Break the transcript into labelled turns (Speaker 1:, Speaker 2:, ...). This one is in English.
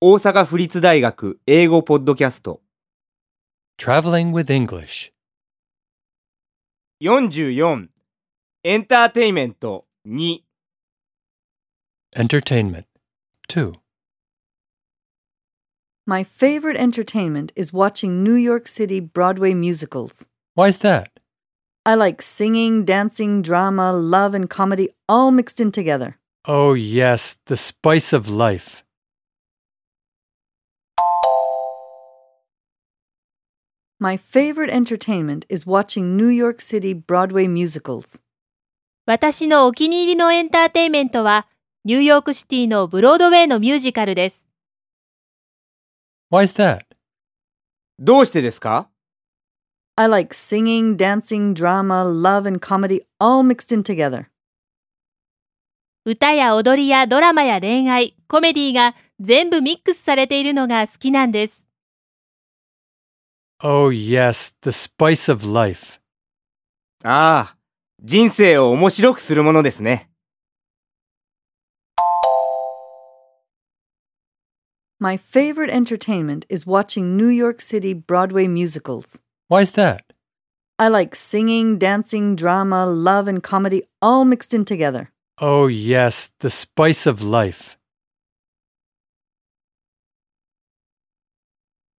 Speaker 1: 大阪府立大学英語ポッドキャスト
Speaker 2: Traveling with English.
Speaker 1: 44エンターテイメント2
Speaker 2: Entertainment. 2.
Speaker 3: My favorite entertainment is watching New York City Broadway musicals.
Speaker 2: Why's that?
Speaker 3: I like singing, dancing, drama, love, and comedy all mixed in together.
Speaker 2: Oh, yes, the spice of life.
Speaker 3: My favorite entertainment is watching New York City Broadway musicals.
Speaker 4: 私のお気に入りのエンターテインメントは、ニューヨークシティのブロードウェイのミュージカルです。
Speaker 2: Why's that?
Speaker 1: どうしてですか
Speaker 3: I like singing, dancing, drama, love, and comedy all mixed in together.
Speaker 4: 歌や踊りやドラマや恋愛、コメディが全部ミックスされているのが好きなんです。
Speaker 2: Oh, yes, the spice of life.
Speaker 1: ああ、人生を面白くするものですね。
Speaker 3: My favorite entertainment is watching New York City Broadway musicals.
Speaker 2: Why's that?
Speaker 3: I like singing, dancing, drama, love, and comedy all mixed in together.
Speaker 2: Oh, yes, the spice of life.